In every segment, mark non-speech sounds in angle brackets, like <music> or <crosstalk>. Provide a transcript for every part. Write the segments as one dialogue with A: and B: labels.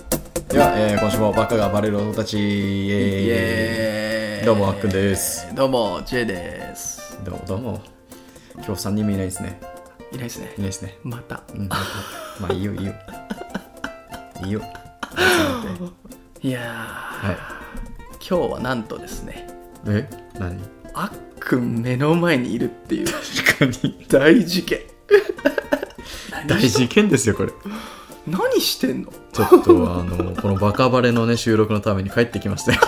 A: ゃあ、えー今週もバカがバレる男たちイエーイ
B: イエーイ
A: どうもあっくんです
B: どうも J です
A: どうもどうも今日3人目いないですね
B: いないですね
A: いないですね
B: また
A: うんまあいいよいいよいい <laughs> よ
B: いや
A: はい
B: ー今日はなんとですね
A: え何
B: あっくん目の前にいるっていう
A: <laughs> 確かに
B: 大事件
A: 大事件ですよこれ
B: 何してんの
A: ちょっとあのこのバカバレのね収録のために帰ってきました <laughs> よ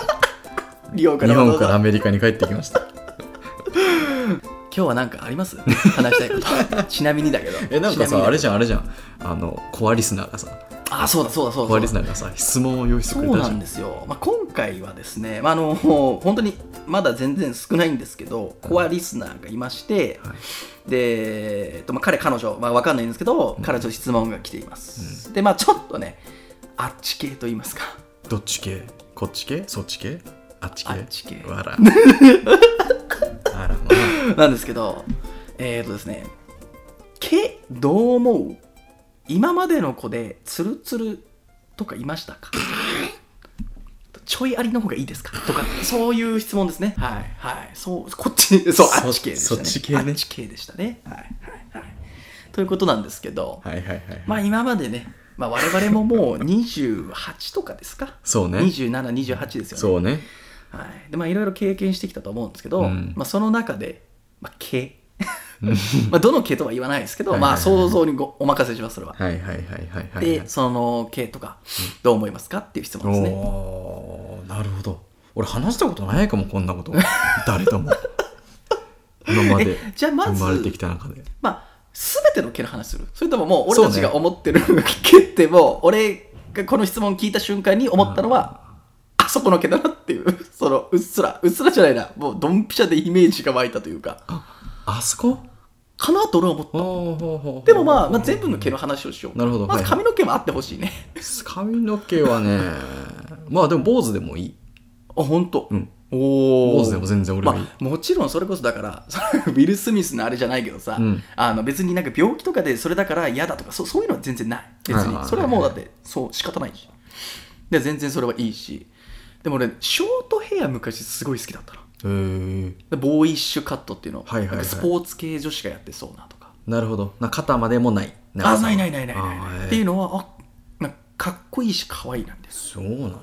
B: リオか
A: 日
B: らわざ
A: 本
B: わざ
A: からアメリカに帰ってきました
B: 今日は何かあります話したいこ
A: <laughs>
B: とちなみにだけど
A: えなんかさあれじ
B: ゃん
A: ゃんあれじゃんあのコアリスナーがさ
B: あそうだそうだそう
A: コア
B: だ
A: リス
B: そう
A: ナ
B: だ
A: ーがさ質問を用意して
B: そ
A: くれ
B: う
A: たじ
B: な
A: ゃん
B: んですよ、まあ、今回はですね、まあ、あの <laughs> 本当にまだ全然少ないんですけどコアリスナーがいまして、
A: はい
B: で、えっとまあ、彼彼女、まあ、わかんないんですけど、彼女質問が来ています、でまあちょっとねあっち系と言いますか
A: どっち系こっち系そっち系あっち系
B: あっち系
A: わらあらまあ
B: <laughs> なんですけどえっ、とですね「けどう思う今までの子でツルツルとかいましたか?」 <laughs> ちょいありの方がいいですかとかそういう質問ですねはいはいそうこっちそう
A: そ
B: あっち系でした
A: そっ
B: ね
A: ち系ね
B: あっち系でしたねはいはいはいということなんですけど、
A: はいはいはい、
B: まあ今までね、まあ、我々ももう28とかですか、
A: そうね
B: 2728ですよね
A: そうね
B: はいでまあいろいろ経験してきたと思うんですけど、
A: うん
B: まあ、その中で、まあ、毛 <laughs> まあどの毛とは言わないですけど、まあ、
A: はいはいはい
B: 想像にごお任せしますそれは、
A: はいはいはいはいはいはい
B: でその毛とかどう思いますかっていう質問ですね
A: おーなるほど俺話したことないかもこんなこと誰とも今まで
B: えじゃあまず
A: 生まれてきた中で
B: まあ全ての毛の話するそれとももう
A: そうね
B: 俺たちが思ってる毛ってもう俺がこの質問聞いた瞬間に思ったのはあそこの毛だなっていうそのうっすらうっすらじゃないなもうドンピシャでイメージが湧いたというか
A: あそこ
B: かなと俺は思った
A: ほうほうほう
B: でもまあ、まあ、全部の毛の話をしよう
A: なるほど
B: ま
A: はい
B: ず
A: はい
B: 髪の毛もあってほしいね
A: 髪の毛はねまあでも坊主でもいい
B: あ本当。
A: うん
B: おお
A: 坊主でも全然俺
B: ま
A: はいい、
B: あ、もちろんそれこそだから <laughs> そのウィル・スミスのあれじゃないけどさ、
A: うん
B: あの別になんか病気とかでそれだから嫌だとかそそういうのは全然ない別
A: はいはいはいは
B: に
A: い
B: それはもうだってそう仕方ないしで全然それはいいしでも俺ショートヘア昔すごい好きだったの
A: へえ
B: でボーイッシュカットっていうの、
A: はいはいはい
B: なんかスポーツ系女子がやってそうなとか
A: なるほどな肩までもない
B: あないないないない
A: あ
B: ない
A: ーへー
B: っていうのはあなんかかっこいいし可愛いなんです
A: そうなんだ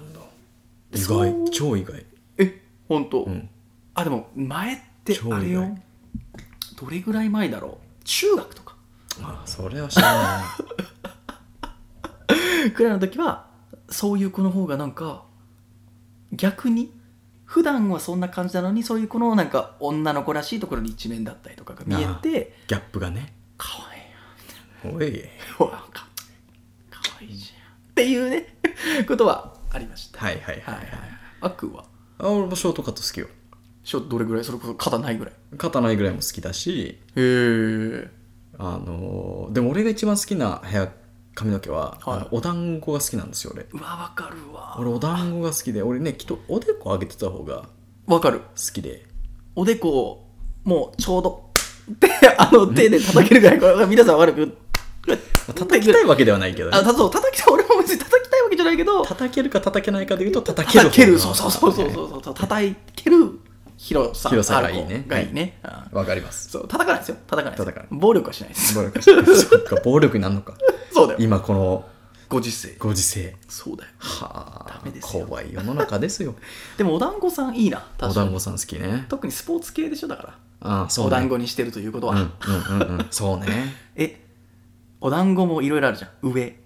B: で
A: 意
B: そ
A: 外
B: う
A: 超意外
B: え本当、
A: うん
B: あでも前ってあ
A: 超
B: れ
A: 意
B: よどれぐらい前だろう中学とか <laughs>
A: あそれは知らないな
B: くらいの時はそういう子の方がなんか逆に普段はそんな感じなのにそういう子のなんか女の子らしいところに一面だったりとかが見えて
A: ギャップがね
B: かわいいよ
A: おい <laughs>
B: ほらかかわいいじゃんっていうね <laughs> ことはありました
A: はいはいはい
B: は
A: はい
B: はいいあくんは
A: あ俺もショートカット好きよ
B: しょどれぐらいそれこそ肩ないぐらい
A: 肩ないぐらいも好きだし
B: へえ
A: あのーでも俺が一番好きな部屋髪の毛は、
B: はい
A: あのお団子が好きなんですよ俺
B: うわわかるわ
A: 俺お団子が好きで俺ねきっとおでこ上げてた方が
B: わかる
A: 好きで
B: おでこをもうちょうどであの手で叩けるぐ
A: <laughs>
B: らいこれ皆さんわかる
A: まあ叩きたいわけではないけど、ね
B: あ、たそう叩きたい俺も別に叩きたいわけじゃないけど
A: 叩けるか叩けないかでいうと叩ける
B: 叩ける
A: 方
B: そう
A: が
B: そうそうそうそうそう叩ける広さ
A: 広さが
B: ある
A: いいね
B: 方がいいね、うん
A: わかります
B: そう叩かないですよ叩かないです
A: 叩かな
B: 暴力はしないです
A: 暴力そっか暴力になるのか
B: <laughs> そうだよ
A: 今この
B: ご時世
A: ご時世
B: そうだよ
A: はあ
B: ダメですよ
A: 怖い世の中ですよ
B: でもお団子さんいいな
A: お
B: 確か
A: 団
B: に
A: 子さん好きね
B: 特にスポーツ系でしょだから、
A: ああそうね
B: お団子にしてるということ
A: う
B: は、
A: んうんうんう
B: <laughs>
A: んそうね
B: えお団子もいろいろあるじゃん上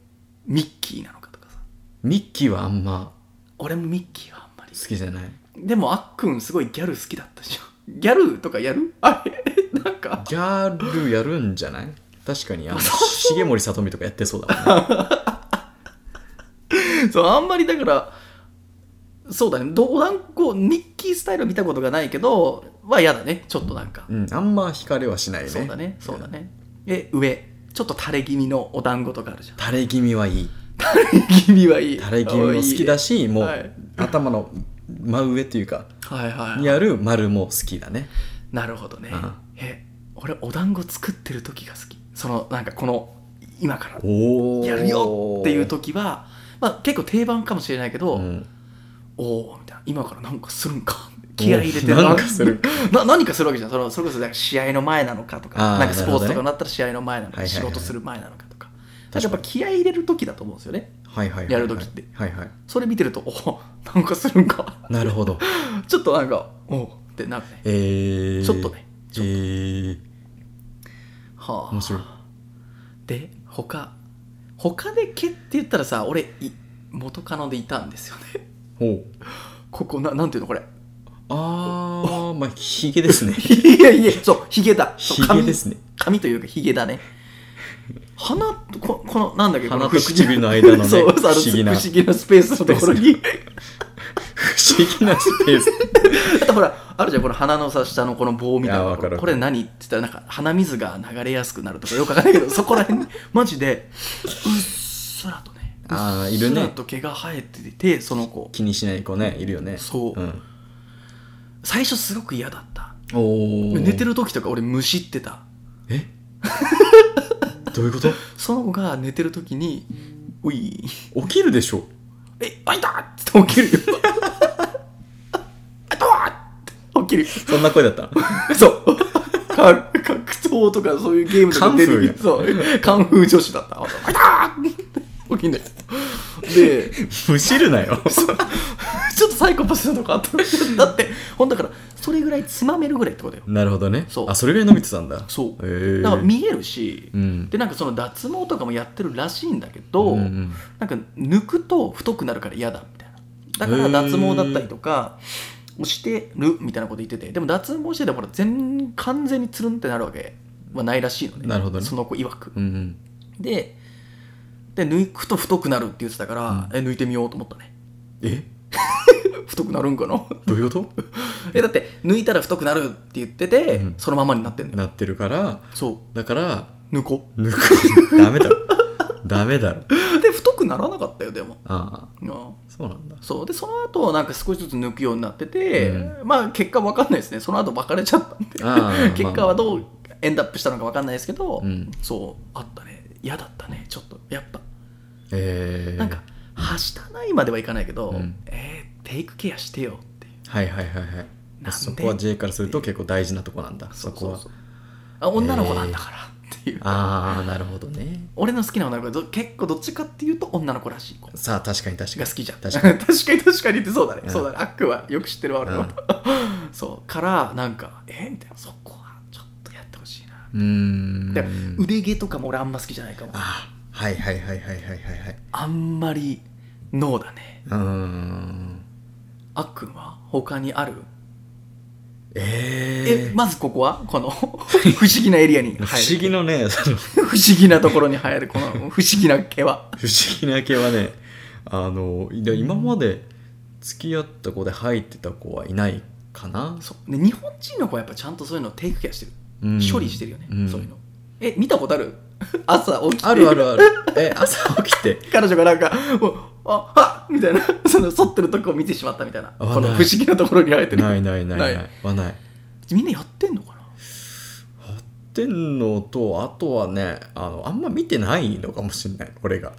B: ミッキーなのかとかさ
A: ミッキーはあんま
B: 俺もミッキーはあんまり
A: 好きじゃない
B: でもあっくんすごいギャル好きだったじゃんギャルとかやるあれなんか
A: ギャルやるんじゃない確かにあの重森さとみとかやってそうだ
B: <laughs>
A: もんね
B: そうあんまりだからそうだねどお団子ミッキースタイルは見たことがないけどは嫌だねちょっとなんか、
A: うんあんま惹かれはしないね
B: そうだねそうだねえ上ちょっと垂れ気味のお団子とかあるじゃん
A: 垂れ気味はいい
B: 垂れ <laughs> 気味はいい
A: 垂れ気味も好きだ
B: し
A: しもう、
B: はい
A: 頭の真上というか
B: はいはい、
A: にある丸も好きだね
B: なるほどね
A: うん
B: え俺お団子作ってる時が好きそのなんかこの今から
A: おお
B: やるよっていう時はまあ、結構定番かもしれないけど、
A: うん
B: おおみたいな今からなんかする
A: <laughs>
B: んか気合い入れてる
A: おーなんかするん
B: <laughs> な何かするわけじゃんそのそれこそなんか試合の前なのかと
A: あ
B: か
A: ー
B: なんかス
A: な
B: ポーツ
A: るほど
B: と
A: ね
B: かになったら試合の前なのか、
A: はいはいはい
B: 仕事する前なのかとか
A: 確かに
B: やっぱ気合い入れる時だと思うんですよね
A: はいはいはいはい
B: やる時って
A: はいはい
B: それ見てるとおおなんかするんか
A: なるほど
B: ちょっとなんかおおってなるね
A: えー、
B: ちょっとねちょっ
A: えー、
B: は
A: 面
B: あ
A: 白い
B: で他他で蹴って言ったらさ俺い元カノでいたんですよね
A: ほう
B: ここななんていうのこれ <laughs>
A: あーまあひげですね
B: いやいやそうヒゲだ <laughs> そう
A: ひげ
B: 髪
A: ですね
B: 髪というかヒゲだね鼻とここのなんだっけ
A: 鼻
B: この
A: と
B: 不思議
A: 唇の間のね
B: <laughs> そうそうあの
A: 不思議な
B: 不思議なスペースのところに
A: 不思議なスペース
B: あとほらあるじゃんこの鼻のさ下のこの棒みたい
A: いや
B: な
A: わかるわかる
B: これ何って言ったらなんか鼻水が流れやすくなるとかよくわかんない
A: <laughs>
B: けどそこら辺にマジでうっすらとね
A: あー
B: うっ
A: いる
B: す
A: ね
B: らと毛が生えててその子
A: 気にしない子ねいるよね
B: そう
A: うん、
B: 最初すごく嫌だった
A: おお
B: 寝てる時とか俺むしってた
A: え <laughs> どういうこと
B: その子が寝てる時に「うい
A: 起きるでしょ
B: え開いた!」って起きるよあドアって起きる
A: そんな声だった
B: <laughs> そう。か格闘とかそういうゲームとか出て
A: カン
B: る。
A: フ
B: そう。カンフー女子だった。あいたー起きんない。で、
A: むしるなよ
B: そう <laughs> ちょっとサイコパスなとこあった。 <laughs> だって、ほんだから、それぐらいつまめるぐらいってことよ。
A: なるほどね
B: そう
A: あそれぐらい伸びてたんだ
B: そ
A: へ
B: う。
A: ー
B: だから見えるし、
A: うん
B: で、なんかその脱毛とかもやってるらしいんだけど、
A: うんうん
B: なんか抜くと太くなるから嫌だみたいなだから脱毛だったりとかをしてるみたいなこと言っててでも脱毛しててもほら全完全につるんってなるわけはないらしいのね
A: なるほどね
B: その子曰く
A: うんうん
B: でで抜くと太くなるって言ってたから、え抜いてみようと思ったね
A: え
B: 太くなるんかな <laughs>
A: どういうこと
B: えだって抜いたら太くなるって言ってて、
A: うん
B: そのままになってんだよ
A: なってるから
B: そ
A: だ
B: <laughs>
A: から
B: う抜こ
A: 抜くダメだろダメだろ
B: うで太くならなかったよでも
A: ああ
B: うん
A: そうなんだ
B: そうでその後なんか少しずつ抜くようになってて、
A: う
B: まあ結果わかんないですねその後別れちゃったんで
A: あー
B: <laughs> 結果はどうエンドアップしたのかわかんないですけど、
A: うん
B: そうあったね嫌だったねちょっとやっぱ、
A: えー、
B: なんかはしたないまではいかないけど、
A: うん
B: えーテイクケアしてよっていう
A: はいはいはいはい
B: で
A: そこは J からすると結構大事なとこなんだそこは
B: ううあ女の子なんだからっていう、
A: ああなるほどね
B: 俺の好きな女の子はど結構どっちかっていうと女の子らしい子
A: さあ確かに確か
B: が
A: に
B: 好きじゃん
A: 確か
B: 確か
A: に
B: に <laughs> 確かに確かにってそうだね、
A: うん
B: そうだねアックはよく知ってるわ俺
A: う
B: は
A: ん、
B: そうからなんかえみたいなそこはちょっとやってほしいな
A: うーん
B: で腕毛とかも俺あんま好きじゃないかもあ
A: ああはいはいはいはいはいはいはい
B: んまりノーだね
A: うーん
B: あっくんは他にある
A: え
B: え
A: ー、
B: まずここは
A: <laughs>
B: この不思議なエリアに入る
A: 不思議のねその
B: 不思議なところに入るこの不思議な毛は
A: 不思議な系はねあのいや今まで付き合った子で入ってた子はいないかな、
B: そうで日本人の子はやっぱちゃんとそういうのをテイクケアしてる、
A: うん
B: 処理してるよね、
A: ん
B: そういうのえ見たことあ
A: <laughs>
B: る朝起きて
A: あるあるあるえ朝起きて <laughs>
B: 彼女がなんかもう「あはっ!」みたいな <laughs> その剃ってるとこを見てしまったみたいな
A: あ
B: こ
A: ない
B: の不思議なところに生えてる
A: ないないないない
B: ない
A: はない
B: みんなやってんのかな
A: ってんのとあとはねあのあんま見てないのかもしれない俺がだか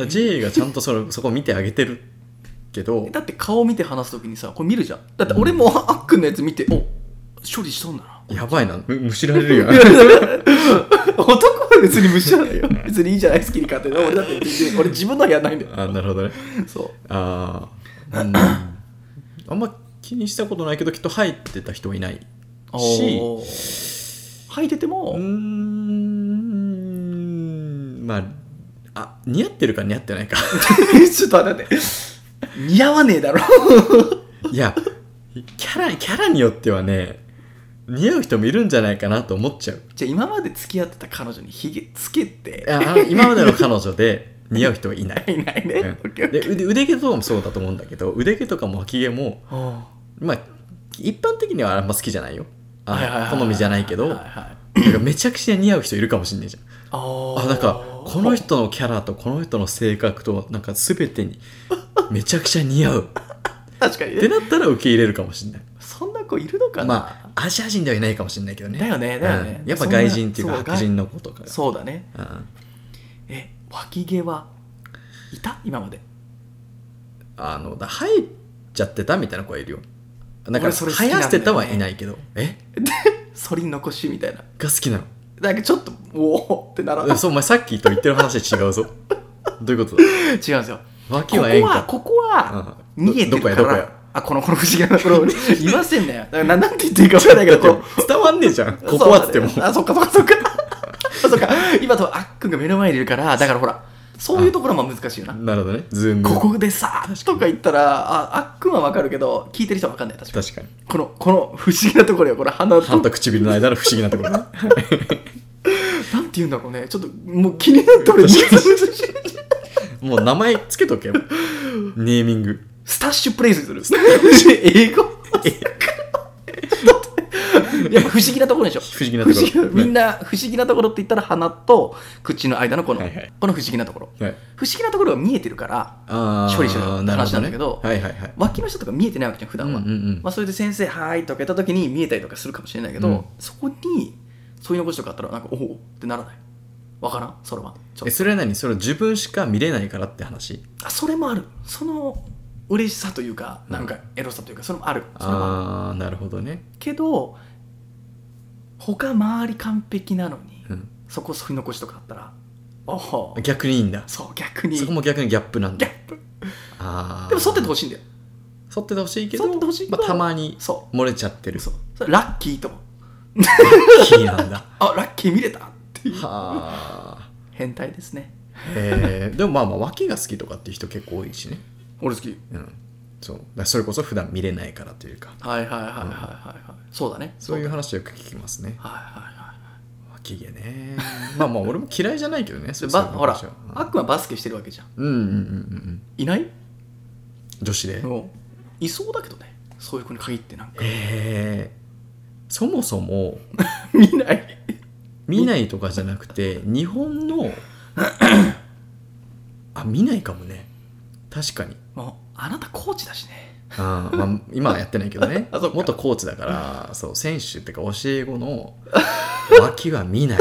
A: ら J がちゃんとそれそこ見てあげてるけど
B: だって顔見て話すときにさこれ見るじゃんだって俺もあっくんのやつ見てお処理しとんだな
A: やばいなむむしられ
B: <laughs>
A: るよ
B: 男は別に無視じゃないよ別にいいじゃない好きに勝手な俺だって全然俺自分のはやんないんだよ
A: あなるほどね
B: そう
A: ああ、うん、あんま気にしたことないけどきっと入ってた人はいないし
B: おー履いてても、
A: うーんまああ似合ってるか似合ってないか <laughs>
B: <laughs> ちょっと待って似合わねえだろ
A: いやキャラキャラによってはね似合う人もいるんじゃないかなと思っちゃう
B: じゃあ今まで付き合ってた彼女にヒゲつけて、
A: ああ今までの彼女で似合う人はいない
B: いないね。
A: う
B: オ
A: ん
B: ッケーオッケ
A: で
B: ー
A: 腕腕毛とかもそうだと思うんだけど腕毛とかも脇毛もまあ一般的にはあんま好きじゃないよあ
B: はいはいはいはい
A: 好みじゃないけど
B: は
A: な
B: いはい
A: ん
B: はい
A: かめちゃくちゃ似合う人いるかもしんないじゃん
B: あ
A: あなんかこの人のキャラとこの人の性格となんか全てにめちゃくちゃ似合う
B: 確かに
A: って
B: ね
A: なったら受け入れるかもしんない
B: そんな子いるのかな、
A: まあアジア人ではいないかもしんないけどね
B: だよねだよね
A: うんやっぱ外人っていうか
B: そんな
A: 白人の子とか
B: そうだね
A: うん
B: え脇毛はいた今まで
A: あのだ生えちゃってたみたいな子はいるよだから
B: 俺それ好き
A: 生
B: なんだよね
A: やしてたはいないけどえ
B: 反り残しみたいな
A: が好きなの
B: なんかちょっとおおってなら
A: うんそうお前さっきと言ってる話違うぞどういうことだ
B: 違うんですよこ
A: 脇
B: こ
A: はええん
B: は
A: か
B: ここは
A: うん
B: 逃げてるから、
A: どどこやどこや
B: あこのこの不思議なとこ
A: <laughs>
B: ろいませんねだからななんて言っていいか分からないけどこ
A: 伝わんねえじゃん
B: う
A: ここはっつっても
B: そうあそっかそっかそっか <laughs> あそっか今とあっくんが目の前にいるからだからほらそういうところも難しいよな
A: なるほどねズーム
B: ここでさとか言ったらああっくんは分かるけど聞いてる人は分かんない確かに
A: 確かに
B: このこの不思議なところよこれ鼻と
A: 歯と唇の間の不思議なところね
B: なんて言うんだろうねちょっともう気になって <laughs> 俺ス
A: もう名前つけとけよネーミング
B: タッシュプ <laughs> レイスする <laughs> 英語やっぱ不思議なところでしょ
A: 不思議な
B: 不
A: とこ
B: 思議な
A: ろ
B: みんな不思議なところって言ったら鼻と口の間のこの、
A: はいはい
B: この不思議なところ
A: ねはい
B: 不思議なところが見えてるから
A: あー
B: 処理しろよって話なんだけ
A: る
B: ど
A: ほねはいはいはい
B: 脇の人とか見えてないわけじゃん普段は、
A: うんうんうん
B: まあ、それで先生「はーい」とか言った時に見えたりとかするかもしれないけど、
A: うん
B: そこにそういう残しとかあったらなんか「おお」ってならないわからんそれはちょっ
A: え
B: と
A: それは何それは自分しか見れないからって話
B: あそれもあるその嬉しさというかなんかエロさというかそれもあるそれもある
A: ああなるほどね
B: けど他周り完璧なのに、
A: うん
B: そこ添い残しとかあったらおお
A: 逆にいいんだ
B: そう逆に
A: そこも逆にギャップなん
B: ギ
A: だ
B: ャップ
A: あー
B: でも剃っててほしいんだよ
A: 剃っててほしいけど
B: 剃っててほしいけど
A: まあ、たまに
B: そ
A: 漏れちゃってる
B: うそうそれラッキーと思う
A: キーなんだは
B: あラッキー見れたっていう
A: あ
B: 変態ですね
A: えー、でもまあまあ脇が好きとかっていう人結構多いしね
B: 俺好き
A: うんそうだからそれこそ普段見れないからというか
B: はいはいはいはいはいはい、そうだね
A: そういう
B: だね
A: 話よく聞きますね
B: はいはいはい
A: 脇毛ねまあまあ俺も嫌いじゃないけどね
B: で
A: そう
B: ば
A: そういう
B: ほら
A: 話は
B: あっくんはバスケしてるわけじゃん
A: うんうんうんうん
B: いない
A: 女子で
B: のいそうだけどねそういう子に限ってなんか <laughs>
A: えー、そもそも
B: 見ない
A: 見ないとかじゃなくて日本 <clears throat> のあ見ないかもね確かに
B: もうあなたコーチだしね
A: あーまあ、今はやってないけど <laughs> ね
B: あそっか
A: 元コーチだからそう選手っていうか教え子 <laughs> の脇は見ない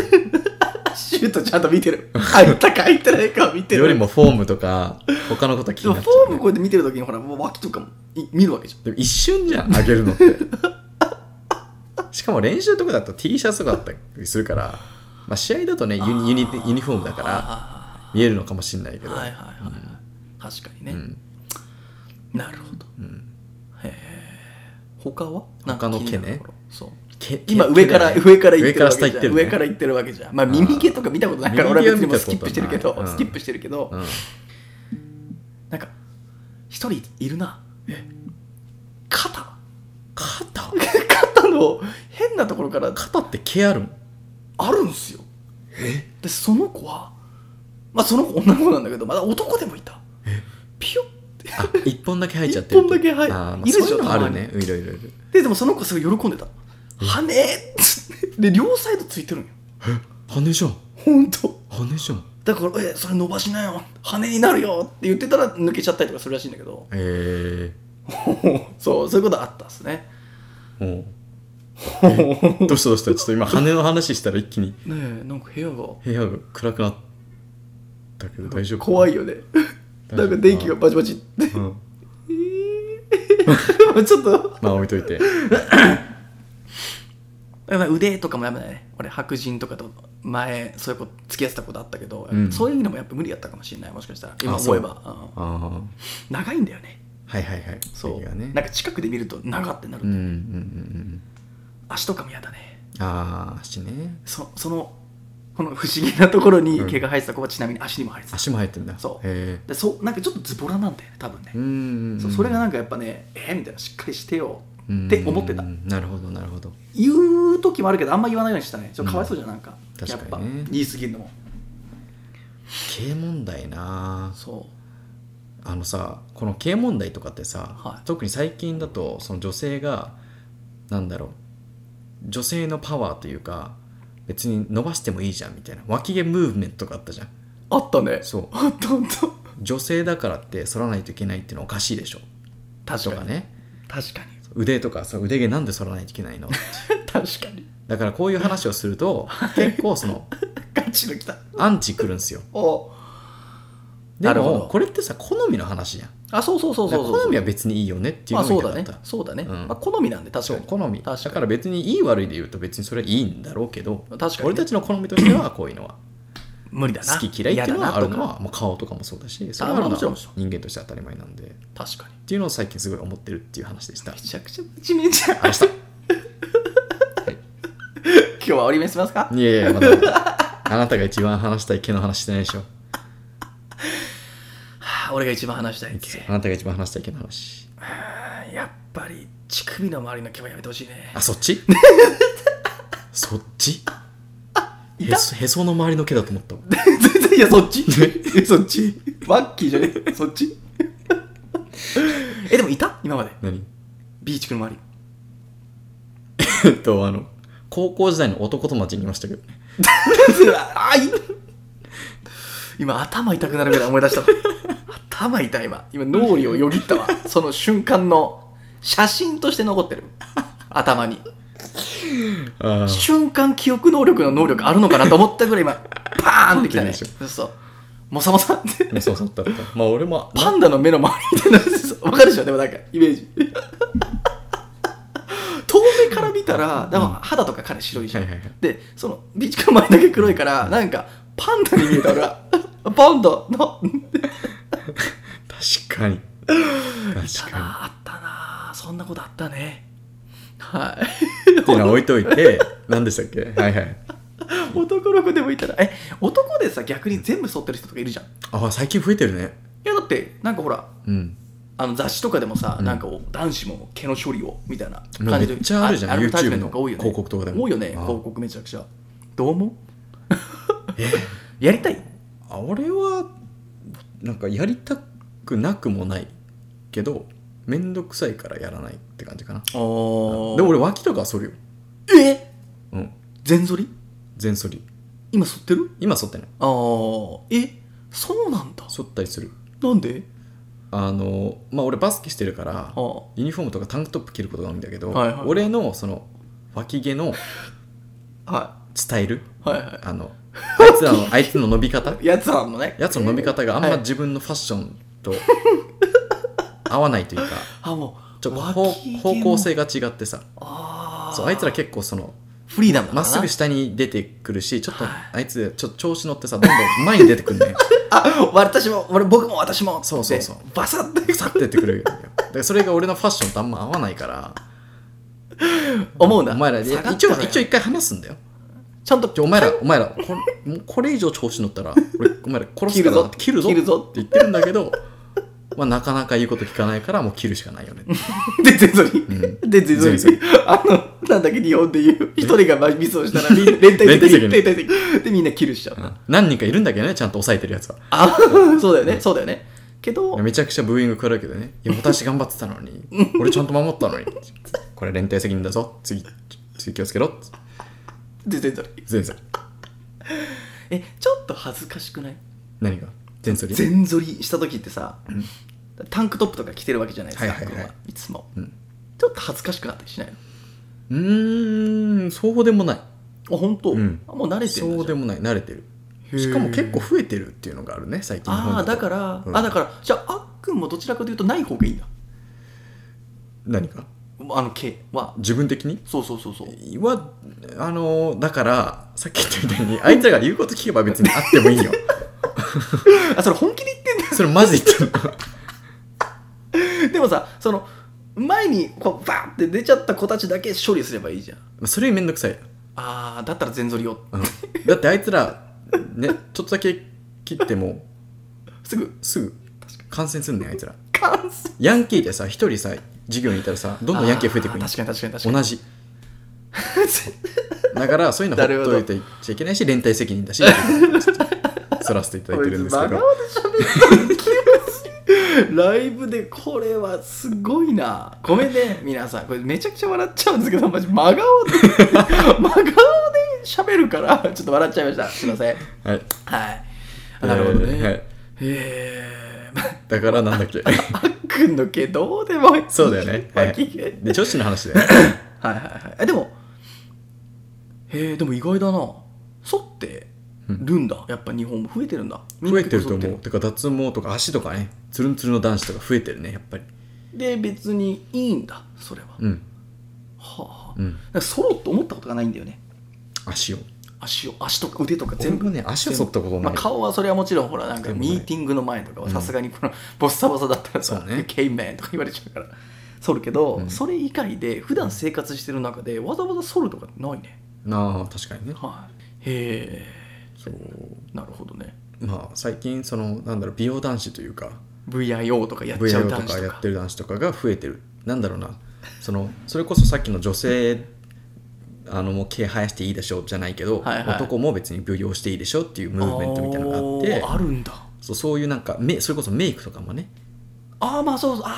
B: シュートちゃんと見てる入ったか入ってないかは見てる
A: よりもフォームとか他のことは気に
B: でも
A: なっち
B: フォ
A: ゃ
B: ー
A: う、
B: ムこうやって見てるときにほらもう脇とかもい見るわけじゃん
A: でも一瞬じゃん上げるのって <laughs> しかも練習とかだと T シャツとかだったりするから、まあ、試合だとねユニユニユニフォームだから
B: ら
A: 見えるのかもしれないけど、
B: はいはいはいはい、確かにね、
A: うん
B: なるほど、
A: ん
B: へえ他はなんか
A: 他の毛ね
B: 気になるところそう
A: け
B: 今
A: け
B: 上から
A: けだね
B: 上から行っ
A: 上か
B: てるわ
A: ら
B: け
A: 下行っ
B: じゃ
A: て
B: ん
A: る、ね、
B: 上から行ってるわけじゃんまあ耳毛とか見たことないから
A: あー
B: 俺は別にもうスキ
A: 耳毛
B: ッ
A: は見ことない
B: プしたてるけど、
A: うん
B: スキップしてるけど、
A: うん
B: なんか一人いるな肩
A: 肩
B: 肩の変なところから
A: 肩って毛あるん
B: あるんすよでその子はまあその子女の子なんだけどまだ男でもいたピヨって
A: あ一本だけ生えちゃってる
B: 一本だけ生え
A: あーまあ、
B: いるでしょ
A: そういうのある
B: たまに
A: ねいろいろいる
B: ででもその子すごい喜んでた羽っつってで両サイドついてるんよ
A: 羽じゃん
B: ほんと
A: 羽じゃん
B: だから「えそれ伸ばしなよ羽になるよ」って言ってたら抜けちゃったりとかするらしいんだけど
A: え
B: <laughs> そうそういうことあったんですね
A: え
B: <laughs>
A: ー、おうどうしたどうしたちょっと今羽の話したら一気に
B: ねえなんか部屋が
A: 部屋が暗くなったけど大丈夫
B: 怖
A: い、
B: いよね
A: 大丈
B: な
A: 夫
B: んか電気がバチバチって <laughs>
A: うん
B: ちょっと
A: まあ置いといて
B: やっぱり腕とかもやめないね俺白人とかと前そういう子付き合ってたことあったけど、
A: うん
B: そういうのもやっぱ無理やったかもしれないもしかしたら今
A: あそ
B: 思
A: う
B: えば、うん
A: ああ
B: 長いんだよね
A: はいはいはい
B: そう、
A: 電気がね
B: なんか近くで見ると長ってなる、
A: うんうんうんうん
B: 足とかも嫌だね
A: ああ足ね
B: そそのこの不思議なところに毛が生えてた子はちなみに足にも生えてた、
A: 足も生えてんだ
B: そう
A: へ
B: でそうなんかちょっとズボラなんだよね多分ね
A: え、うんうんうん
B: そうそれがなんかやっぱねえー、みたいなしっかりしてよって思ってた
A: うんなるほどなるほど
B: 言う時もあるけどあんま言わないようにしたねちょっとかわいそうじゃん、なんか
A: 確
B: や
A: か
B: っ
A: にね
B: ぱ言い過ぎるのも
A: 毛問題な
B: そう
A: あのさこの経営問題とかってさ、
B: はい
A: 特に最近だとその女性がなんだろう女性のパワーというか別に伸ばしてもいいじゃんみたいな脇毛ムーブメントとかあったじゃん
B: あったね
A: そう
B: あったあった
A: 女性だからって剃らないといけないっていうのはおかしいでしょ
B: 確
A: と
B: か
A: か
B: に
A: ね
B: 確か
A: 腕とかそう腕毛なんで剃らないといけないの
B: に確かに
A: だからこういう話をすると結構その
B: ガチのきた
A: アンチくるんですよ
B: お
A: で
B: なるほ
A: も
B: ど
A: これってさ好みの話やん
B: あそうそうそうそうそう
A: 好みは別にいいよねっていう
B: まあ
A: の
B: そ
A: み
B: う
A: た
B: だ
A: いだっ
B: ね
A: た
B: そうだね、
A: うん
B: まあ、好みなんで確か
A: そう
B: に
A: 好み
B: 確かに
A: だから別にいい悪いで言うと別にそれはいいんだろうけど
B: 確かにね
A: 俺たちの好みとしてはこういうのは
B: 無理だな
A: 好き嫌いっていうのはあ
B: 嫌だ
A: る
B: なと
A: の
B: か
A: はもう顔とかもそうだしそれは
B: あまあ
A: も
B: も
A: ち
B: ち
A: ろん
B: ろん
A: 人間として当たり前なんでっ
B: 確かに
A: ていうのを最近すごい思ってるっていう話でした
B: めちゃくちゃ地面じゃん
A: あした
B: 今日は終わりにしますか
A: いやいやまだま
B: <laughs>
A: だあなたが一番話したい毛の話してないでしょ
B: はあ俺が一番話したいけ
A: あなたが一番話したい毛の話
B: やっぱり乳首の周りの毛はやめてほしいね
A: あそっちそっち
B: い
A: へ
B: た
A: そへその周りの毛だと思ったわ
B: <laughs> 全然いやそっち <laughs> そっちワッキーじゃねえそっち <laughs> えでもいた今まで
A: <laughs> 何 <laughs>
B: ビーチくんの周り
A: えっとあの高校時代の男友達にいましたけどね
B: <laughs> あい今頭痛くなるぐらい思い出したわ頭痛い今今脳裏をよぎったわその瞬間の写真として残ってる頭に
A: あ <laughs> ー
B: 瞬間記憶能力の能力あるのかなと思ったぐらい今パーンってき <laughs> たね
A: 出てる
B: そうそうもさもさって
A: そうそうだったまあ俺 <laughs> も
B: パンダの目の周りみたいなそうわかるでしょでもなんかイメージ遠目から見たらでも肌とか彼白いじゃん、
A: はいはいはい
B: でそのビーチカマリだけ黒いからなんかパンダに見えた俺はパンダの
A: 確かに確か
B: あったなあそんなことあったねは
A: にっていうのは置いとい <laughs> て何でしたっけはいはい
B: い男の子でもいたらえ男でさ逆に全部剃ってる人とかいるじゃんい
A: あ最近増えてるね
B: やだってなんかほら
A: うん
B: あの雑誌とかでもさ、
A: うん
B: なんかお男子も毛の処理をみたいな
A: め
B: 感じで
A: っちゃあるじゃん
B: アドバタイズ
A: YouTube
B: メン
A: の
B: トとか多いよね
A: 広告とかでも
B: 多いよね
A: あ
B: 広告めちゃくちゃどう思う
A: え
B: やりたい
A: あ俺はなんかやりたくなくもないけど面倒くさいからやらないって感じかな
B: で
A: でも
B: も
A: 俺脇とかは剃るよ
B: 俺え
A: うん
B: 全剃り
A: 全剃り
B: 今剃ってる
A: 今剃ってない
B: ああえそうなんだ
A: 剃ったりする
B: なんで
A: あのまあ俺バスケしてるから
B: ああ
A: ユニフォームとかタンクトップ着ることが多いんだけど、
B: はいはい
A: 俺のその脇毛の
B: は
A: スタイル
B: いはいは
A: あのあいつらのあいつの伸び方
B: いやつさんのね
A: やつの伸び方があんま
B: はい
A: 自分のファッションと合わないというか
B: あもう
A: ちょっと
B: 脇
A: 方
B: 毛も
A: 方向性が違ってさ
B: あ
A: そうあいつら結構その
B: 構フリーダムだ
A: まっすぐ
B: し
A: 下に出てくるしちょっと
B: はい
A: あいつちょっと調子乗ってさどんどん前に出てくる
B: <laughs>
A: ね
B: あ私も俺僕も私も
A: そうそうそう
B: ってバサッて
A: さってやってくるよでそれが俺のファッションとあんま合わないから
B: 思うんだ
A: お前らで
B: 下がっ
A: 一
B: た
A: 応
B: ら
A: 一応一回話すんだよ
B: ちゃんと
A: じゃお前らお前らこもうこれ以上調子乗ったら俺お前ら殺すから
B: 切るぞ
A: 切
B: 切
A: る
B: る
A: ぞ
B: ぞ
A: って言ってるんだけど、まあ、なかなか言うこと聞かないからもう切るしかないよねって
B: <laughs> で、全剃り。で、全
A: 全剃
B: 剃り。あの、なんだっけ、日本でいう、一人がミスをしたら、連帯
A: 連帯
B: 席
A: 責任
B: 連帯席で、みんなキルしちゃう。
A: 何人かいるんだけどねちゃんと抑えてるやつは
B: あ、そうだよね、そうだよね。けど、
A: めちゃくちゃブーイング食らうけどねいや私頑張ってたのに俺ちゃんと守ったのにこれ連帯責任だぞ次次気をつけろ
B: で、全剃り。
A: 全然
B: え、ちょっと恥ずかしくない
A: 何が全剃り
B: 全剃りした時ってさ、タンクトップとか着てるわけじゃないですか、
A: はいはいはい
B: 僕いつも
A: うん。
B: ちょっと恥ずかしくなったりしないの
A: うーんそうでもない
B: あ、本当
A: うん
B: あもう慣れてる
A: そうで
B: も。
A: もない慣れてる
B: へー
A: しかも結構増えてるっていうのがあるね最近日本
B: ああ、
A: と
B: だから、
A: うん
B: あ、だから、じゃあ、あっくんもどちらかというとない方がいいんだ。
A: 何か
B: あの、毛は。
A: 自分的に
B: そうそうそうそう。
A: はあのだからさっき言ったみたいにあいつらが言うこと聞けば別にあってもい
B: <laughs>
A: いよ
B: あ、それ本気で言ってんだ
A: それマジ言ってる
B: <laughs> でもさその前にこうバーって出ちゃった子たちだけ処理すればいいじゃん
A: のそれめんどくさいよ
B: あーだったら全剃りを
A: うんだってあいつら、ね、ちょっとだけ切っても
B: すぐ
A: すぐ感染すんねんあいつら
B: 完成
A: ヤンキーでさ一人さ授業にいたらさどんどんヤンキー増えてくる
B: あー確かに確かに確かに
A: 同じだからそういうの
B: なる
A: ほっ
B: ほど
A: といていちゃいけないし連帯責任だしちょっとそらせてい
B: <laughs>
A: ただいてるんですけ
B: 真
A: ど
B: 顔で喋ってる気がする <laughs> ライブでこれはすごいなごめんね皆さんこれめちゃくちゃ笑っちゃうんですけどマジ真顔で <laughs> 真顔で喋るからちょっと笑っちゃいましたすいません
A: はい
B: はいあなるほどね
A: えーはい
B: へえ
A: だからなんだっ
B: <laughs>
A: け
B: あっくんの毛どうでもいい
A: そうだよね、
B: <laughs>
A: はい、
B: 脇毛
A: で女子の話だよね
B: はいはいはいえでもへえでも意外だな剃ってるんだやっぱ日本も増えてるんだみん
A: 増
B: な
A: えてると
B: 結
A: 思
B: 構
A: うてか脱毛とか足とかねつるんつるんの男子とか増えてるねやっぱり
B: で別にいいんだそれは、は
A: うん
B: あ
A: うん
B: なんかソロと思ったことがないんだよね
A: 足を
B: 足を足とか腕とか
A: 全
B: 全
A: 部
B: 部
A: ね足を剃ったことない、
B: まあ、顔はそれはもちろんほらなんか
A: 全部ない
B: ミーティングの前とかはさすがにこのボッサボサだったら
A: そ
B: さ
A: う
B: 「
A: ね
B: ケイメン」とか言われちゃうから剃るけど、
A: うん
B: それ以外で普段生活してる中でわざわざ剃るとかないね
A: なあ確かにね
B: はいへえ
A: そう
B: なるほどね
A: まあ最近そのなんだろう美容男子というか
B: VIO とかやっち
A: VIO
B: ゃう
A: と
B: 男子
A: か
B: と
A: や
B: か
A: ってる男子とかが増えてるなんだろうなそのそれこそさっきの女性あのもう毛生やしていいでしょじゃないけど、
B: はいはい
A: 男も別に美容していいでしょっていうムーブメントみたいなのがあって
B: あーあるんだ
A: そうそういうなんかめそれこそメイクとかもね
B: ああまあそうそうあ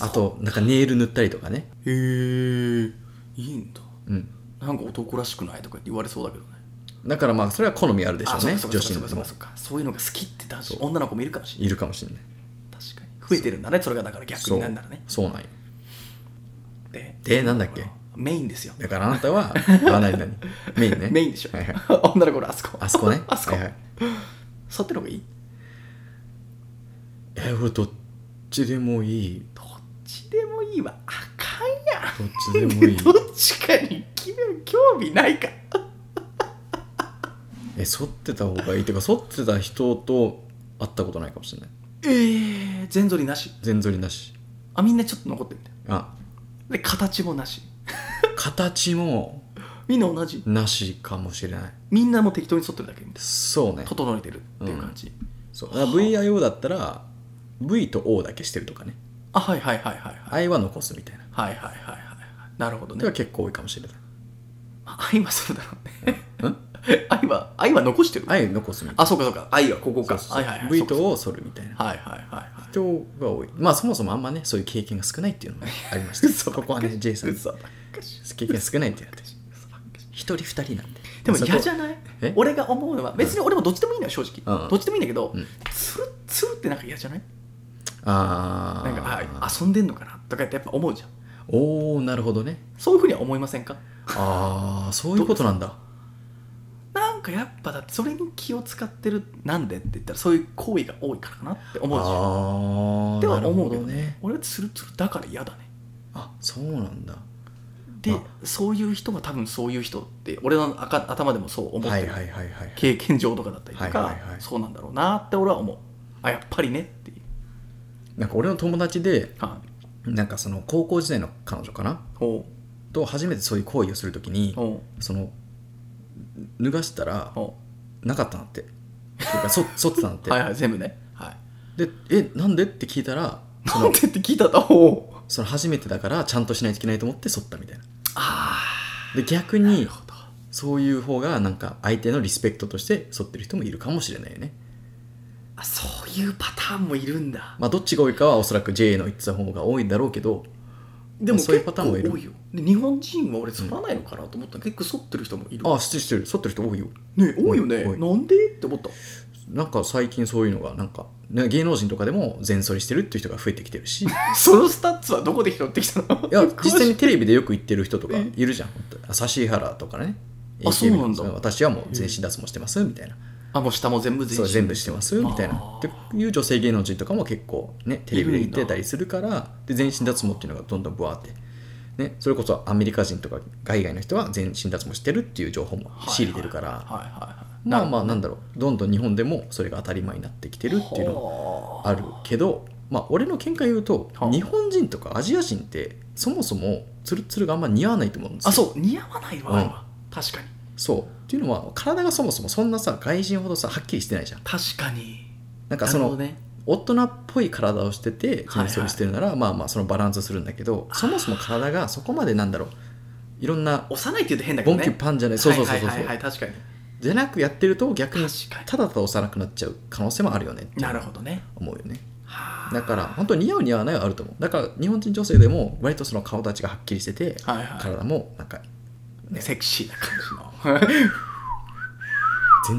B: あ
A: あとなんかネイル塗ったりとかね
B: へえいいんだ
A: うん
B: なんか男らしくないとかって言われそうだけどね
A: だからまあそれは好みあるでしょ
B: あ
A: うね
B: そうか
A: 女
B: そ
A: 子
B: う
A: に
B: かそう
A: も
B: かそうかそういうのが好きって男子女の子もいるかもしれない
A: いるかもしれない
B: 確かに増えてるんだねそれがだから逆
A: そう
B: になんならね
A: そうなんよ
B: で
A: でなんだっけ
B: メインですよ
A: だからあなたはあ何
B: <laughs>
A: 何メインね
B: メインでしょ
A: はいはい
B: 女の子のあそこ
A: あそこ
B: <laughs>
A: ね
B: あそこ
A: はいはい
B: 剃ってる方がいい
A: え俺どっちでもいい
B: どっちでもいいわあかんや
A: どっちで
B: <laughs>
A: もいい
B: どっちかに君は興味ないか
A: え剃ってた方がいいっていうか剃ってた人と会ったことないかもしれない
B: えー、全剃りなし
A: 全剃りなし
B: あみんなちょっと残ってるみたい
A: あ
B: なで形もなし
A: 形も
B: みんな同じ
A: なしかもしれない
B: みんなもう適当に剃ってるだけみたい
A: そうね
B: な整えてるっていう感じ、
A: そうだから VIO だったら V と O だけしてるとかね
B: あはいはいはいはいはい
A: I は残すみたいな
B: はいはいはいはいはいなるほど
A: では
B: ね
A: 結構多いかもしれない
B: まあ愛はそうだろうね
A: うん
B: 愛は愛は残してる
A: I 残すみたいな
B: あそうかそうか愛はここか
A: そうそう
B: はいはいはい
A: V とを剃るみたいな
B: はいはいはいはい
A: 人が多いまあそもそもあんまねそういう経験が少ないっていうのもありましたここはね J さん
B: 嘘ばっかし
A: 経験が少ないってなって
B: 嘘ばっかし
A: 一人二人なんで
B: でも嫌じ
A: ゃ
B: ゃない
A: え
B: 俺が思うのは別に俺もどっちでもいいのよ正直、
A: うん
B: どっちでもいいんだけど、
A: うん
B: つるつるってなんか嫌じゃない
A: あ
B: なんか
A: ー
B: あ遊んでんのかなとかってやっぱ思うじゃん
A: おおなるほどね
B: そういうふうには思いませんか
A: ああそういうことなんだ
B: なんかやっぱだってそれに気を使ってるなんでって言ったらそういう行為が多いからかなって思うじゃん
A: ああ
B: っては思
A: な
B: うけ
A: る
B: ど
A: ほど
B: ね
A: ね
B: 俺はつるつるだから嫌だね
A: あそうなんだ
B: で
A: あ
B: そういう人が多分そういう人って俺のあか頭でもそう思ってる、
A: はいはいはいはい
B: 経験上とかだったりとか、
A: はいはいはい
B: そうなんだろうなって俺は思うあやっぱりねっていう
A: なんか俺の友達で
B: はい
A: なんかその高校時代の彼女かな
B: ほ
A: と初めてそういう行為をするときに
B: うほ
A: その脱がしたら
B: うほ
A: なかったなってっていうかそ <laughs> 剃ってたなって
B: うはいはい全部ねはい
A: でえなんでって聞いたらそ
B: <laughs> な
A: の
B: んでって聞いたんだほう
A: その初めてだからちゃんとしないといけないと思って剃ったみたいな
B: あ
A: で逆
B: あな
A: に
B: るほど
A: そういう方がなんか相手のリスペクトとして剃ってる人もいるかもしれないよね
B: あそういうパターンもいるんだ
A: まあどっちが多いかはおそらく JA の言ってた方が多いんだろうけど
B: でも
A: そうい
B: 結
A: うパター
B: 構
A: ンもいる
B: 多いよで日本人は俺剃らないのかなと思ったら結構剃ってる人もいる
A: ああ知ってる知ってる剃ってる人多いよ
B: ね多いよね
A: 多い
B: なんでって思った
A: なんか最近そういうのがなんかね芸能人とかでも全剃りしてるっていう人が増えてきてる
B: <laughs>
A: しい
B: そのスタッツはどこで拾ってきたの
A: や
B: 詳し
A: 実
B: い
A: 際にテレビでよく言ってる人とかいるじゃん本当にあ指原とかね
B: あそうなんだ
A: AKB の私はもう全身脱毛してますみたいな
B: <laughs> あもう下も全部
A: そ
B: 全
A: う
B: 身
A: 全部してますみたいな
B: あ
A: って
B: ー
A: いう女性芸能人とかも結構ねテレビで言ってたりするからで全身脱毛っていうのがどんどんブワーって、ね、それこそアメリカ人とか海外の人は全身脱毛してるっていう情報も仕入れてるから、
B: はいはい
A: ま
B: はい
A: あまあなんだろうどんどん日本でもそれが当たり前になってきてるっていうの
B: の
A: はあるけど、まあ、俺の見解を言うと
B: はあ
A: 日本人とかアジア人ってそもそもツルツルがあんま似合わないと思うんですよ。
B: あそう似合わないわ、
A: うん
B: あれは確かに
A: そうっていうのは体がそもそもそんなさ外人ほどさはっきりしてないじゃん。
B: 確かに
A: なん
B: な
A: か
B: る
A: そ
B: ほ
A: の
B: どね
A: 大人っぽい体をしてて
B: はいはい
A: 筋トレしてるなら、まあまあそのバランスするんだけどそもそも体がそこまでなんだろういろんな
B: 幼いって言うと変だけ
A: ボ
B: ど
A: ン
B: ね
A: キュッパンじゃない、そうそうそうそう、
B: はいはいはいはい確かに
A: じゃなくやってると逆に
B: 確かに
A: ただただ幼くなっちゃう可能性もあるよねっていう
B: なるほどね
A: 思うよね
B: は
A: だから本当に似合う似合わないはあると思うだから日本人女性でも割とその顔立ちがはっきりしてて
B: あはいは
A: 体もなんか
B: いセクシーな感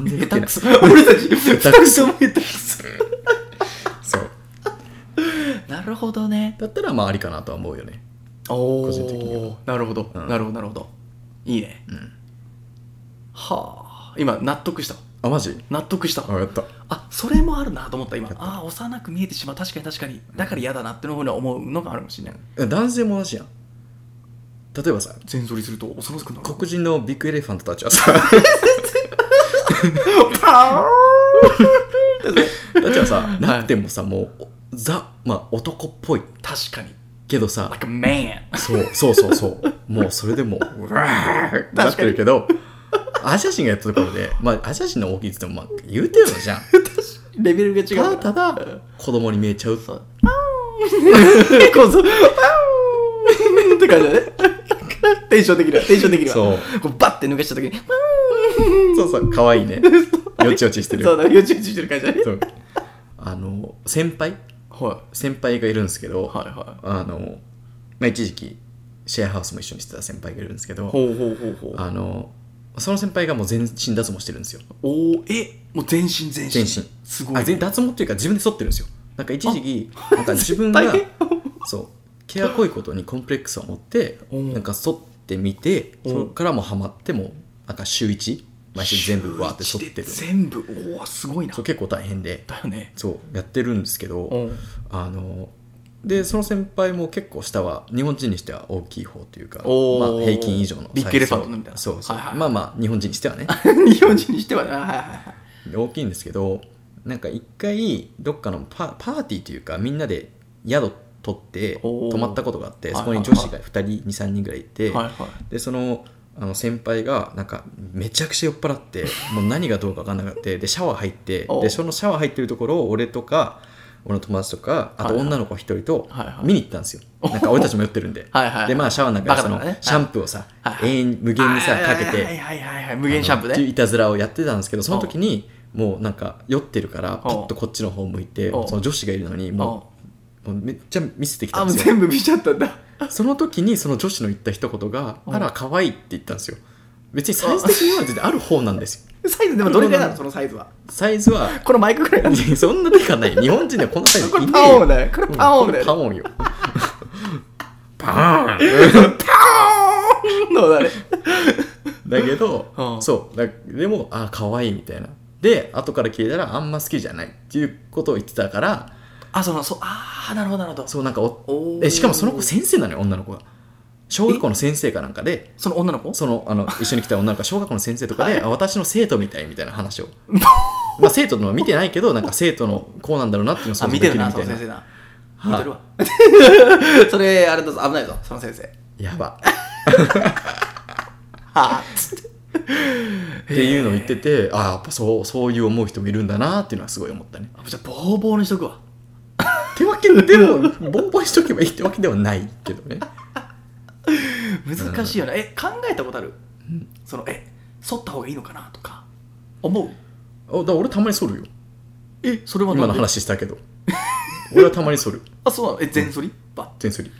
B: じの
A: 全 <laughs> 然老け
B: 下手
A: ない
B: くそ俺たち
A: 下手くそ
B: 二人とも下手くそ
A: そう
B: なるほどね
A: だったらまあありかなとは思うよね
B: おお
A: 個人的に
B: なるほど、
A: うん
B: なるほどなるほどいいね、
A: うん
B: はあ今納得したわ
A: あマジ
B: 納得した
A: あやった
B: あそれもあるなと思った今
A: やっ
B: ああ幼く見えてしまう確かに確かにだから嫌だなってのふうに思うのがあるかもしれない
A: 男性も同じやん例えばさ
B: 全剃りすると恐ろしくな <laughs> る
A: 黒人のビッグエレファントたちはさ
B: パーンってね
A: たちはさなくてもさもうザ、まあ、男っぽい
B: 確かに
A: けどさ
B: like a man
A: そうそうそうそうもうそれでもううわーってなってるけどアジア人がやったところで、まあ、アジア人の大きいっつっても、まあ、言うてるのじゃん
B: レベルが違う
A: ただた
B: から
A: だ子供に見えちゃう
B: そうこうそうパーンって感じだねテンションできるわテンションできるわ
A: そう
B: こうバッて抜かした時にパ
A: そうそう可愛いねよちよちして
B: ーン
A: る
B: そうだよちよちしてる感じだね
A: そうあの先輩
B: は
A: 先輩がいるんですけど、
B: いはいは
A: あの、まあ、一時期シェアハウスも一緒にしてた先輩がいるんですけ
B: い
A: ど
B: ほうほうほうほう
A: あのその先輩がもう全身脱毛してるんですよ
B: おおえもう全身全身
A: 全身
B: すごい
A: あ
B: ね
A: 全脱毛っていうか自分で剃ってるんですよなんか一時期なんか自分が
B: 大変
A: そう毛が濃いことにコンプレックスを持って
B: うん
A: なんか剃ってみて
B: うん
A: そこからもうハマってもうなんか週1毎週全部わーって剃ってる
B: 週一で全部おおすごいな
A: そう結構大変で
B: だよね
A: そうやってるんですけど、
B: うん <laughs>
A: あのでその先輩も結構下は日本人にしては大きい方というか、ま
B: おー
A: あ、平均以上の
B: ビッグエレファントみたいな
A: そうそう、
B: はいはい
A: まあまあ日本人にしてはね
B: 日本人にしてはなはいはいはい
A: 大きいんですけどなんか一回どっかのパパーティーというかみんなで宿取って
B: おー
A: 泊まったことがあって
B: はい
A: そこ
B: はいはい
A: に女子が2人23人ぐらいいて、
B: はいはい
A: でそのあの先輩がなんかめちゃくちゃ酔っ払ってもう何がどうか分かんなくてでシャワー入って
B: おう
A: でそのシャワー入ってるところを俺とか俺の友達とかあ
B: はい
A: と
B: はい
A: 女の子一人と
B: はいはい
A: 見に行ったんですよ、なんか俺たちも酔ってるんで
B: <laughs> はいはい
A: でまあシャワーの中でそ
B: バカだから
A: の
B: ね
A: シャンプーをさ
B: はいはい
A: 永遠無限にさかけ
B: はい
A: て
B: はいはいはい無限シャンプー
A: あの
B: ね
A: いたずらをやってたんですけどその時にもうなんか酔ってるからパ
B: お
A: ッとこっちの方向いて
B: お
A: その女子がいるのにもうもうめっちゃ見せてき
B: あ
A: たん
B: もう
A: ですよ
B: 全部見ちゃったんだ
A: その時にその女子の言った一言が「
B: お
A: あら可愛いって言ったんですよ別にサイズ的には全然ある方なんですよ
B: サイズでもどれぐらいなのそのサイズは
A: サイズ
B: <laughs>
A: は
B: このマイクぐらいなの
A: いやそんなでかない日本人ではこんなサイズ
B: これ
A: いね
B: パ
A: え
B: オ
A: よ
B: ンだよこれパオン
A: パ
B: だよ
A: オン
B: <laughs>
A: よパーン
B: のだね
A: だけど、
B: うん
A: そうだでもあ可愛いみたいなで後から聞いたらあんま好きじゃないっていうことを言ってたから
B: あそのそうああなるほどなるほど
A: そうなんかお
B: おー
A: えしかもその子先生なのよ女の子が小学校の先生かなんかで
B: その女の子
A: その
B: <laughs>
A: あの一緒に来た女の子が小学校の先生とか
B: は
A: で、あ私の生徒みたいみたいな話をまあ生徒のは見てないけどなんか生徒のこうなんだろうなっていうのを
B: <laughs> あ
A: 想像
B: 見
A: でき
B: てる
A: る
B: な
A: み
B: そ
A: た
B: の
A: いな
B: 先生な見
A: は
B: てるわ <laughs> それあれだぞ危ないぞその先生
A: いやば
B: はあつって
A: っていうのを言っててあやっぱそうそういう思う人もいるんだなっていうのはすごい思ったね
B: あじゃあボーボーにしとくわ
A: ってわけでもボンボンしとけばいいってわけではないけどね
B: 難しいよね、え考えたことある、そのえ剃った方がいいのかなとか思う
A: あだから俺たまに剃るよ
B: えそれは
A: 今の話したけど俺はたまに剃る
B: あそうなのえ全剃りバ
A: 全剃り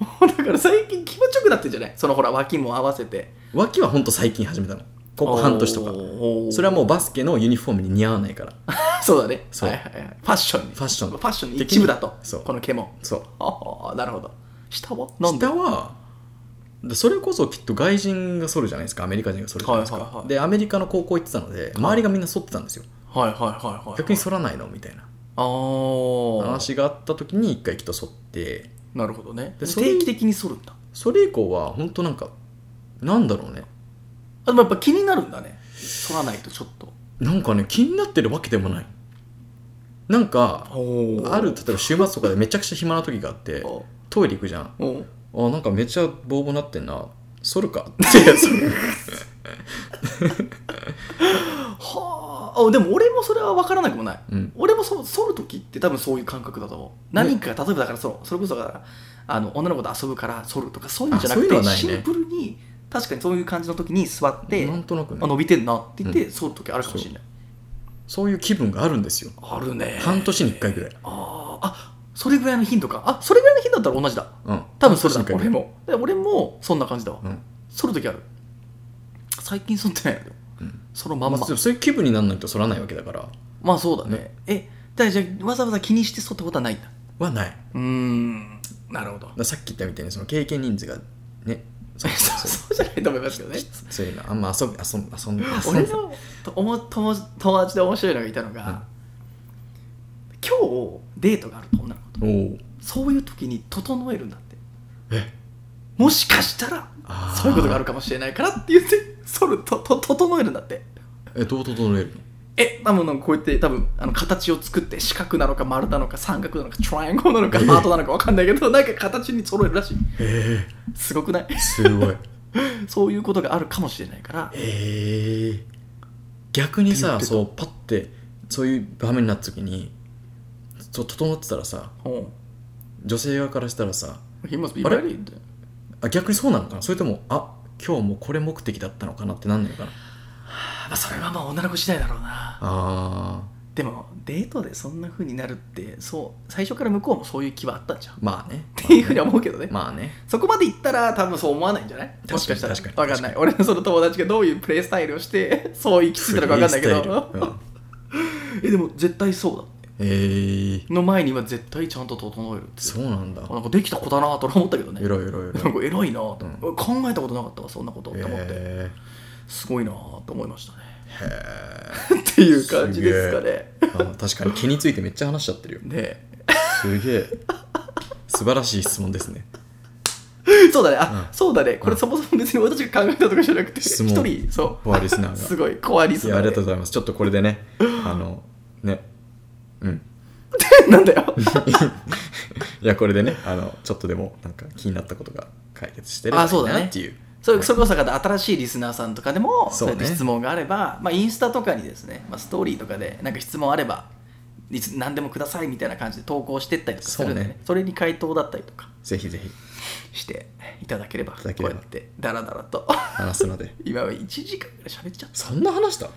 B: ッ <laughs> だから最近気持ちよくなってんじゃないそのほら脇も合わせて
A: 脇はほんと最近始めたのここ半年とか
B: おー
A: それはもうバスケのユニフォームに似合わない <laughs> から
B: <laughs> そうだね
A: そう
B: はいはいはい、ファッションに
A: ファッション
B: ファッションに一部だと
A: そう
B: この毛も
A: そう
B: ああなるほど下はなんで
A: 下はでそれこそきっと外人が剃るじゃないですかアメリカ人が剃るじゃないですか、
B: はいはいはい
A: でアメリカの高校行ってたので周りがみんな剃ってたんですよ
B: はいはいはいはい
A: 逆に剃らないのみたいな
B: ああ
A: 話があった時に一回きっと剃って
B: なるほどね
A: でそれ
B: 定期的に剃るんだ
A: それ以降は本当なんかなんだろうね
B: あでもやっぱ気になるんだね剃らないとちょっと
A: なんかね気になってるわけでもないなんかある例えば週末とかでめちゃくちゃ暇な時があって
B: お
A: トイレ行くじゃん
B: お
A: あなんかめっちゃボーボーなってんな剃る <laughs> かってそれ
B: はああでも俺もそれは分からなくもない
A: うん
B: 俺もそ剃る時って多分そういう感覚だと思う何か例えばだからそうそれこそだからあの女の子と遊ぶから剃るとかそういうんじゃなく
A: あ
B: て
A: そういうのはないね
B: シンプルに確かにそういう感じの時に座って、
A: なんとなくね
B: あ伸びてんなって言って、剃る時あるかもしれない
A: そういう気分があるんですよ
B: あるね
A: 半年に1回ぐらい
B: あーあそれぐらいの頻度かあそれぐらいの頻度だったら同じだ
A: うん
B: 多分それだ
A: 半年に一回ぐら
B: 俺
A: い
B: もで俺もそんな感じだわ、
A: うん
B: 剃る時ある最近剃ってないよ、
A: うん
B: その
A: あ
B: まん
A: ま
B: ま
A: あ、そういう気分にならないと剃らないわけだから
B: まあそうだね
A: ね
B: えだからじゃあわざわざ気にして剃ったことはないんだ
A: はないだか
B: うーんなるほど
A: <laughs> らさっき言ったみたいにその経験人数がねそうそうそう
B: そうじゃないと思いますけどね
A: きついなあんま遊び遊ん遊ん遊ん
B: 俺のとおも友友達で面白いのがいたのが、今日デートがあると女の子と
A: おお
B: そういう時に整えるんだって
A: え
B: もしかしたら
A: あー
B: そういうことがあるかもしれないからって言ってそれとと整えるんだって
A: えどう整えるの
B: え多分なんかこうやって多分あの形を作って四角なのか丸なのか三角なのかトライアングルなのかハートなのか分かんないけどなんか形に揃えるらしい
A: え
B: すごくない
A: えすごい
B: そういうことがあるかもしれないから
A: ええ逆に
B: っ
A: さ
B: て言ってた
A: そうパッてそういう場面になった時にそう整ってたらさ
B: うん
A: 女性側からしたらさ
B: He must be
A: あれ
B: ready って
A: あ逆にそうなのかなそれともあ今日もこれ目的だったのかなってなんのかな
B: まあそれはまあ女の子次第だろうな
A: あー
B: でもデートでそんな風になるってそう最初から向こうもそういう気はあったんじゃんっ
A: まあね
B: ていうふうには思うけどね、
A: まあね
B: <laughs> そこまでいったら多分そう思わないんじゃない
A: かに
B: もしかしたら
A: 確かに
B: 分かんない俺のその友達がどういうプレイスタイルをしてそう行き着いたのか分かんないけ
A: フリースタイルう
B: ど
A: ん
B: えでも絶対そうだ
A: えー、
B: の前には絶対ちゃんと整えるって
A: そうなんだ
B: あなんかできた子だなと俺思ったけどね
A: えらいえらいえ
B: な
A: ら
B: ん
A: い
B: か偉いなと、
A: う
B: 考えたことなかったわそんなことって思って、
A: え
B: すごいなと思いましたね
A: ーへ
B: <laughs> っていう感じですかね
A: ーあー確かに毛についてめっちゃ話しちゃってるよ
B: ね
A: すげえ素晴らしい質問ですね
B: <laughs> そうだねあ、
A: うん
B: そうだねこ
A: う
B: れ
A: ん
B: そもそも別に私が考えたとかじゃなくて
A: 質
B: 一
A: 問
B: 人そ
A: フォアリスナ
B: う
A: ー
B: <laughs> す
A: が
B: ごいコアリ
A: い
B: ス
A: や
B: ナ
A: あ
B: ー
A: り
B: で
A: がとうございますちょっとこれでねあのねうん
B: <laughs> なんだよ
A: いやこれでねあのちょっとでもなんか気になったことが解決してれば
B: あ
A: い
B: そ
A: いう
B: だね
A: なっていう
B: それそれこそだから新しいリスナーさんとかでも
A: そ
B: そうう
A: ね
B: やって質問があれば、まあ、インスタとかにですね、まあ、ストーリーとかでなんか質問あればいつ何でもくださいみたいな感じで投稿してったりとかするんで、ね
A: そ
B: そう
A: ね
B: れに回答だったりとか
A: ぜひぜひ
B: していただければ
A: いただければ
B: こうやってダラダラと <laughs>
A: 話すので
B: 今は1時間ぐらい喋っちゃっ
A: そんな話した
B: た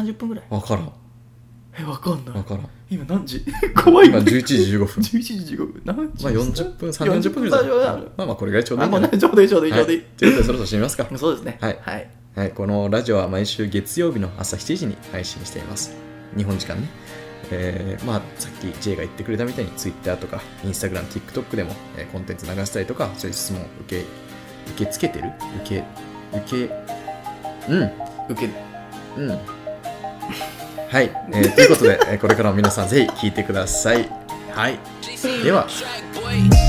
B: 30分ぐらい
A: 分からん
B: えわかんな
A: 分
B: い
A: からん
B: 今何時 <laughs> 怖い
A: 今11時15分
B: <laughs> 11時15分何時
A: まあ40分30分ぐらい
B: 40分
A: だ
B: だ
A: ねまあまあこれぐらいちょうどい
B: あ
A: いんじ
B: も
A: ゃ
B: う
A: ない
B: ねちょうどいいちょうどいいちょうどいい、
A: はい、ということでそろそろ締めますか
B: そうですね
A: はい
B: はい、
A: はい、このラジオは毎週月曜日の朝7時に配信しています。日本時間ね。えーまあ、さっき J が言ってくれたみたいに Twitter とか Instagram、TikTok でも、えーコンテンツ流したりとか、そういう質問を受け、受け付けてる受け、受け、うん、
B: 受け
A: うん。はい、えーということで、えーこれからも皆さんぜひ聞いてください。はい、では。
C: Track boy.